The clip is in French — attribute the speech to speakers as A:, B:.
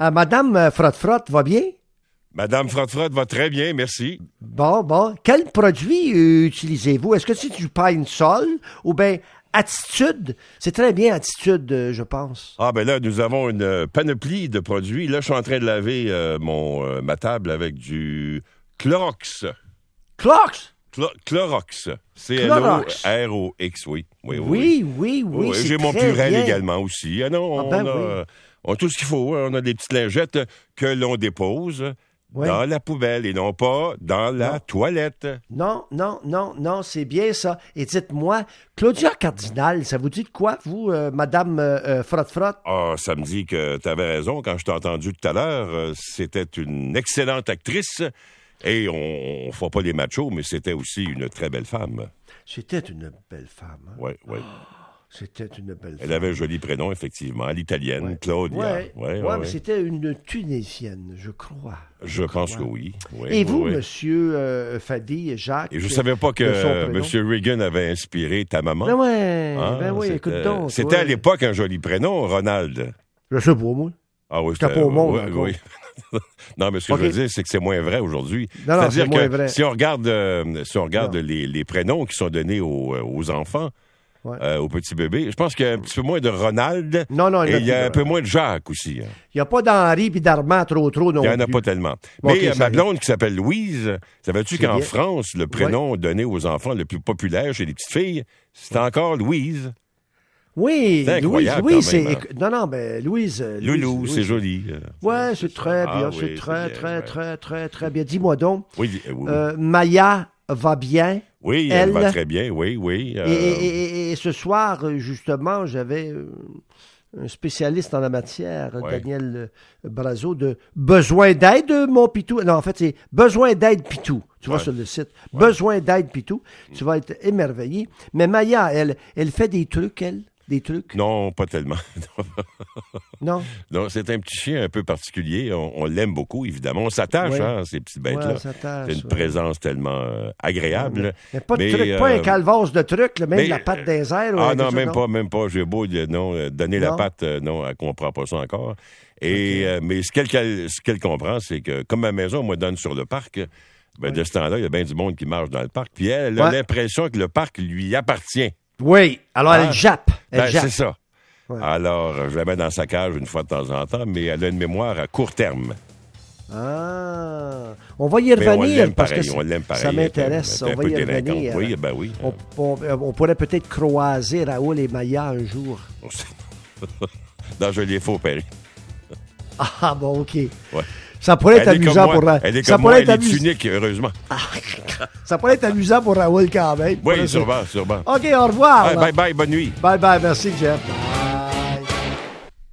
A: Euh, Madame euh, Frotte-Frotte va bien?
B: Madame Frotte-Frotte va très bien, merci.
A: Bon, bon. Quel produit euh, utilisez-vous? Est-ce que c'est du Pine Sol ou bien Attitude? C'est très bien Attitude, euh, je pense.
B: Ah ben là, nous avons une euh, panoplie de produits. Là, je suis en train de laver euh, mon, euh, ma table avec du Clorox.
A: Clorox?
B: Clo- Clorox.
A: Clorox.
B: C-L-O-R-O-X, oui. Oui,
A: Oui, oui, oui.
B: Oui,
A: c'est
B: J'ai mon
A: très
B: purel
A: bien.
B: également aussi. Ah non,
A: Ah
B: on,
A: ben
B: a,
A: oui.
B: euh, on a tout ce qu'il faut. hein. On a des petites lingettes que l'on dépose
A: Oui.
B: dans la poubelle et non pas dans la
A: Non.
B: toilette.
A: Non, non, non, non, c'est bien ça. Et dites-moi, Claudia Cardinal, ça vous dit de quoi, vous, euh, Madame euh, euh, Frotte-Frotte?
B: Ah, ça me dit que tu avais raison quand je t'ai entendu tout à l'heure. euh, C'était une excellente actrice. Et on ne fait pas les machos, mais c'était aussi une très belle femme.
A: C'était une belle femme. hein.
B: Oui, oui.
A: C'était une belle
B: Elle
A: femme.
B: avait un joli prénom, effectivement. L'italienne, Claudia.
A: Ouais,
B: Ouais, ouais,
A: ouais, mais
B: ouais.
A: c'était une Tunisienne, je crois.
B: Je pense que oui. Ben Oui,
A: Et
B: oui,
A: vous,
B: oui.
A: monsieur euh, Fabi, Jacques?
B: Et je savais pas que
A: de son prénom.
B: M. Reagan avait inspiré ta maman.
A: Ben ouais,
B: Ah,
A: ben oui,
B: c'était-
A: écoute donc.
B: C'était
A: ouais.
B: à l'époque un joli prénom, Ronald.
A: Je sais pas, moi.
B: Ah oui,
A: J'étais
B: c'était-
A: pas au monde,
B: oui,
A: encore.
B: oui. non, mais ce que
A: Ok.
B: je veux dire, c'est que c'est moins vrai aujourd'hui.
A: Non, non,
B: C'est-à-dire
A: c'est moins
B: que
A: vrai.
B: si on regarde, euh, si on regarde
A: Non.
B: les, les prénoms qui sont donnés aux, euh, aux enfants,
A: Ouais.
B: euh, aux petits bébés, je pense qu'il y a un petit peu moins de Ronald
A: Non, non,
B: et il y a un peu
A: Il
B: moins de Jacques aussi. hein.
A: n'y a pas d'Henri puis d'Armand trop trop non
B: Il n'y en a
A: plus.
B: pas tellement.
A: Bon,
B: Mais
A: ok,
B: euh,
A: ça
B: ma
A: arrive.
B: blonde qui s'appelle Louise, savais-tu
A: C'est
B: qu'en
A: bien.
B: France, le prénom donné aux enfants le plus populaire chez les petites filles, c'est encore Louise?
A: Oui,
B: C'est
A: Louise,
B: incroyable
A: oui,
B: quand
A: c'est...
B: même, hein.
A: écoute, Non, non, ben Louise... euh, Louise,
B: Loulou,
A: Louise.
B: c'est joli. euh.
A: Ouais, c'est très
B: Ah
A: bien,
B: oui,
A: c'est très,
B: bien,
A: très,
B: ouais.
A: très, très, très bien. Dis-moi donc,
B: Oui, euh, oui, oui.
A: euh, Maya va bien
B: Oui, elle, va
A: elle-
B: très bien, oui, oui.
A: Et,
B: euh,
A: et- et- et ce soir, euh, justement, j'avais euh, un spécialiste en la matière,
B: Ouais.
A: Daniel euh, Brazo, de Besoin d'aide, euh, mon Pitou. Non, en fait, c'est Besoin d'aide Pitou. Tu vas
B: Ouais.
A: sur le site. Besoin d'aide Pitou. Tu vas être émerveillé. Mais Maya, elle, elle fait des trucs, elle. Des trucs.
B: Non, pas tellement.
A: Non.
B: Non, c'est un petit chien un peu particulier. On, on l'aime beaucoup, évidemment. On s'attache
A: Ouais.
B: hein, à ces petites
A: Ouais,
B: bêtes-là.
A: ça tâche,
B: c'est une
A: ouais.
B: présence tellement euh, agréable.
A: Mais pas de
B: Mais,
A: trucs, pas
B: euh,
A: un calvance de trucs, là, même
B: mais,
A: la patte des airs.
B: Ah non, même pas, même pas. J'ai beau euh, non, euh, donner la
A: Non.
B: patte, euh, non, elle ne comprend pas ça encore. Et, euh, mais ce qu'elle, qu'elle- ce qu'elle comprend, c'est que comme ma maison, moi, donne sur le parc, ben, de ce temps-là, il y a bien du monde qui marche dans le parc. Puis elle, elle a
A: Ouais.
B: l'impression que le parc lui appartient.
A: Oui, alors
B: Ah.
A: elle jappe. Elle
B: Ben,
A: jappe.
B: c'est ça.
A: Ouais.
B: Alors, euh, je la mets dans sa cage une fois de temps en temps, mais elle a une mémoire à court terme.
A: Ah, on va y
B: Mais on
A: revenir
B: l'aime
A: parce
B: pareil,
A: que
B: on l'aime
A: ça,
B: pareil. hein.
A: ça m'intéresse.
B: Elle est
A: On
B: un
A: va
B: peu
A: y
B: délinquante.
A: revenir.
B: Oui, ben oui.
A: On, on- euh, on pourrait peut-être croiser Raoul et Maya un jour.
B: On sait. Dans Joliet Faux, Paris.
A: Ah bon, ok.
B: Ouais.
A: Ça pourrait être
B: Elle est comme
A: amusant
B: moi,
A: pour Ra-
B: elle est
A: ça
B: comme
A: pourrait
B: moi,
A: être
B: elle est
A: amus-
B: unique, heureusement.
A: Ça pourrait être amusant pour Raoul quand même. Pour-
B: Oui,
A: Oh,
B: sûrement, sûrement.
A: Ok, au revoir.
B: Ah,
A: là.
B: bye bye, bonne nuit.
A: bye bye, merci Jeff.